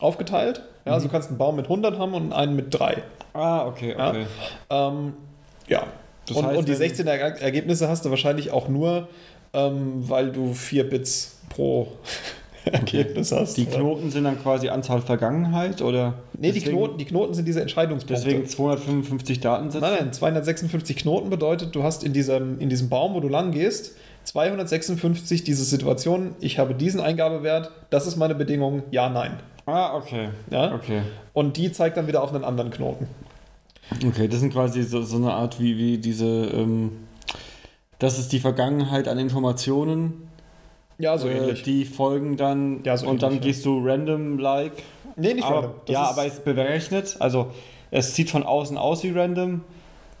Speaker 2: aufgeteilt.
Speaker 1: Mhm.
Speaker 2: Ja, also du kannst einen Baum mit 100 haben und einen mit 3.
Speaker 1: Ah, okay,
Speaker 2: Ja.
Speaker 1: okay.
Speaker 2: Ähm, ja.
Speaker 1: Das
Speaker 2: und,
Speaker 1: heißt,
Speaker 2: und die
Speaker 1: wenn-
Speaker 2: 16 Erg- Ergebnisse hast du wahrscheinlich auch nur, ähm, weil du 4 Bits pro Ergebnis hast.
Speaker 1: Die Knoten sind dann quasi Anzahl Vergangenheit oder?
Speaker 2: nee, die
Speaker 1: Deswegen-
Speaker 2: Knoten, die Knoten sind diese Entscheidungspunkte.
Speaker 1: Deswegen 255 Datensätze.
Speaker 2: Nein, nein, 256 Knoten bedeutet, du hast in diesem, in diesem Baum, wo du lang gehst, 256 diese Situationen, ich habe diesen Eingabewert, das ist meine Bedingung, ja, nein.
Speaker 1: Ah, okay.
Speaker 2: Ja?
Speaker 1: Okay.
Speaker 2: Und die zeigt dann wieder auf einen anderen Knoten.
Speaker 1: Okay, das sind quasi so, so eine Art wie, wie diese, ähm, das ist die Vergangenheit an Informationen,
Speaker 2: Ja, so
Speaker 1: äh,
Speaker 2: ähnlich.
Speaker 1: die folgen dann
Speaker 2: Ja, so
Speaker 1: und dann
Speaker 2: ähnlich, ja.
Speaker 1: gehst du random-like.
Speaker 2: nee, nicht
Speaker 1: Aber-
Speaker 2: random. Das
Speaker 1: Ja,
Speaker 2: ist-
Speaker 1: aber es ist berechnet, also es sieht von außen aus wie random.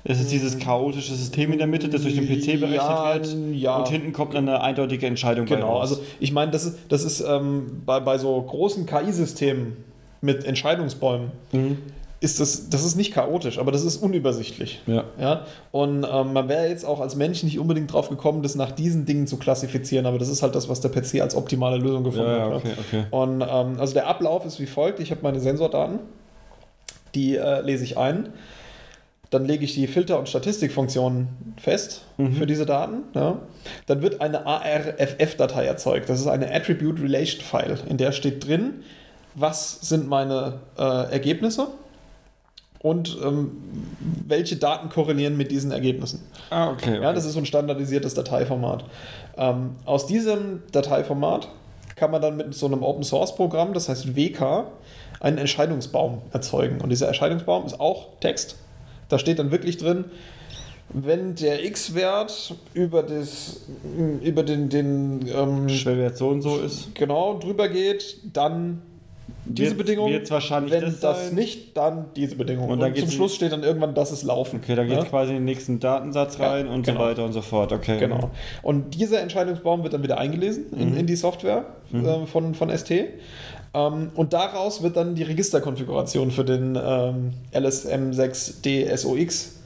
Speaker 1: Es ist dieses chaotische System in der Mitte, das durch den PC berechnet
Speaker 2: Mhm. Ja,
Speaker 1: wird.
Speaker 2: ja.
Speaker 1: Und hinten kommt dann eine eindeutige Entscheidung bei
Speaker 2: Genau,
Speaker 1: raus.
Speaker 2: also ich meine, das ist, das ist ähm, bei, bei so großen KI-Systemen mit Entscheidungsbäumen,
Speaker 1: Mhm.
Speaker 2: ist das, das ist nicht chaotisch, aber das ist unübersichtlich.
Speaker 1: Ja.
Speaker 2: Ja, und ähm, man wäre jetzt auch als Mensch nicht unbedingt drauf gekommen, das nach diesen Dingen zu klassifizieren, aber das ist halt das, was der PC als optimale Lösung gefunden
Speaker 1: Ja, ja,
Speaker 2: hat. ne?
Speaker 1: okay, okay.
Speaker 2: Und ähm, also der Ablauf ist wie folgt: Ich habe meine Sensordaten, die äh, lese ich ein, dann lege ich die Filter- und Statistikfunktionen fest für diese Daten. Ja. Dann wird eine ARFF-Datei erzeugt. Das ist eine Attribute Relation File, in der steht drin, was sind meine äh, Ergebnisse und ähm, welche Daten korrelieren mit diesen Ergebnissen.
Speaker 1: Ah, okay. okay.
Speaker 2: Ja, das ist so ein standardisiertes Dateiformat. Ähm, aus diesem Dateiformat kann man dann mit so einem Open Source Programm, das heißt WK, einen Entscheidungsbaum erzeugen. Und dieser Entscheidungsbaum ist auch Text. Da steht dann wirklich drin, wenn der X-Wert über, das, über den, den ähm,
Speaker 1: Schwerwert so und so ist.
Speaker 2: genau drüber geht, dann diese
Speaker 1: Wird-
Speaker 2: Bedingung.
Speaker 1: wird's wahrscheinlich
Speaker 2: wenn
Speaker 1: das
Speaker 2: das,
Speaker 1: sein.
Speaker 2: nicht, dann diese Bedingung.
Speaker 1: Und dann geht's
Speaker 2: zum
Speaker 1: in-
Speaker 2: Schluss steht dann irgendwann, das ist Laufen.
Speaker 1: Okay, dann geht
Speaker 2: Ja?
Speaker 1: quasi in den nächsten Datensatz
Speaker 2: Ja,
Speaker 1: rein und
Speaker 2: genau.
Speaker 1: so weiter und so fort. Okay.
Speaker 2: Genau. Und dieser Entscheidungsbaum wird dann wieder eingelesen in, in die Software äh, von, von ST. Ähm, und daraus wird dann die Registerkonfiguration für den ähm, LSM6D SOX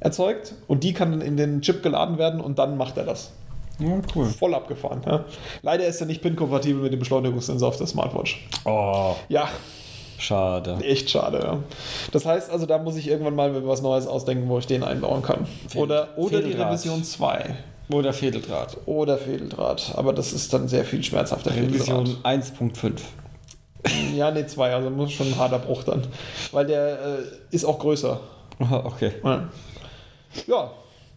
Speaker 2: erzeugt. Und die kann dann in den Chip geladen werden und dann macht er das.
Speaker 1: Ja, cool.
Speaker 2: Voll abgefahren. Ja? Leider ist er nicht PIN-kompatibel mit dem Beschleunigungssensor auf der Smartwatch.
Speaker 1: Oh,
Speaker 2: Ja,
Speaker 1: schade.
Speaker 2: echt schade. Ja. Das heißt also, da muss ich irgendwann mal mir was Neues ausdenken, wo ich den einbauen kann.
Speaker 1: Fehl-
Speaker 2: Oder, oder die
Speaker 1: Fehlgrad.
Speaker 2: Revision 2.
Speaker 1: Oder Fädeldraht.
Speaker 2: Oder Fädeldraht. Aber das ist dann sehr viel schmerzhafter
Speaker 1: Revision 1.5.
Speaker 2: Fädeldraht. Ja, nee, zwei. Also muss schon ein harter Bruch dann. Weil der äh, ist auch größer.
Speaker 1: Ah, Okay.
Speaker 2: Ja, ja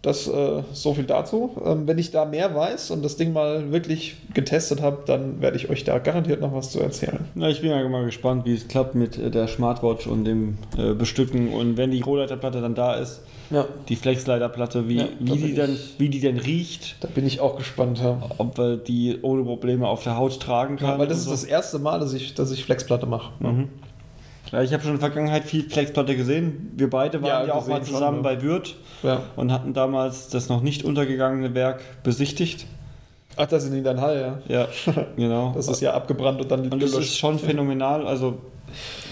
Speaker 2: das äh, so viel dazu. Ähm, wenn ich da mehr weiß und das Ding mal wirklich getestet habe, dann werde ich euch da garantiert noch was zu erzählen.
Speaker 1: Na, ich bin ja mal gespannt, wie es klappt mit äh, der Smartwatch und dem äh, Bestücken. Und wenn die Rohleiterplatte dann da ist,
Speaker 2: Ja.
Speaker 1: die Flexleiterplatte, wie,
Speaker 2: Ja, da
Speaker 1: wie, die
Speaker 2: bin
Speaker 1: dann,
Speaker 2: ich-
Speaker 1: wie die denn riecht,
Speaker 2: Da bin ich auch gespannt. Ja.
Speaker 1: ob wir die ohne Probleme auf der Haut tragen kann.
Speaker 2: Weil das ist
Speaker 1: und
Speaker 2: das erste Mal, dass ich, dass ich Flexplatte mache.
Speaker 1: so. Mhm. Ja, ich habe schon in der Vergangenheit viel Flexplatte gesehen. Wir beide waren ja,
Speaker 2: Ja,
Speaker 1: auch mal
Speaker 2: gesehen schon, ne?
Speaker 1: zusammen
Speaker 2: ja.
Speaker 1: bei Würth
Speaker 2: Ja.
Speaker 1: und hatten damals das noch nicht untergegangene Werk besichtigt.
Speaker 2: Ach, das sind die dann Hall, ja.
Speaker 1: Ja, genau.
Speaker 2: Das ist ja abgebrannt und dann
Speaker 1: Und das ist schon phänomenal. Also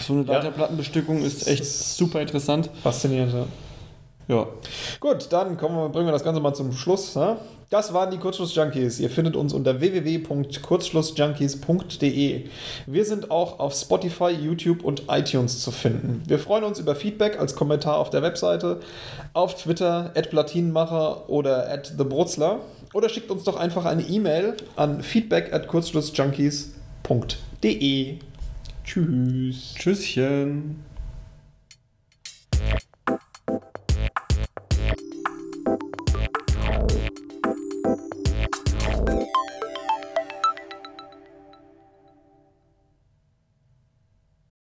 Speaker 1: so eine
Speaker 2: Ja.
Speaker 1: Leiterplattenbestückung ist
Speaker 2: Das
Speaker 1: echt
Speaker 2: ist-
Speaker 1: super interessant.
Speaker 2: Faszinierend, ja.
Speaker 1: Ja.
Speaker 2: Gut, dann kommen wir, bringen wir das Ganze mal zum Schluss. Ne? Das waren die Kurzschluss-Junkies. Ihr findet uns unter www.kurzschlussjunkies.de. Wir sind auch auf Spotify, YouTube und iTunes zu finden. Wir freuen uns über Feedback als Kommentar auf der Webseite, auf Twitter, at Platinenmacher oder at TheBrutzler. Oder schickt uns doch einfach eine E-Mail an feedback at kurzschlussjunkies.de. Tschüss.
Speaker 1: Tschüsschen.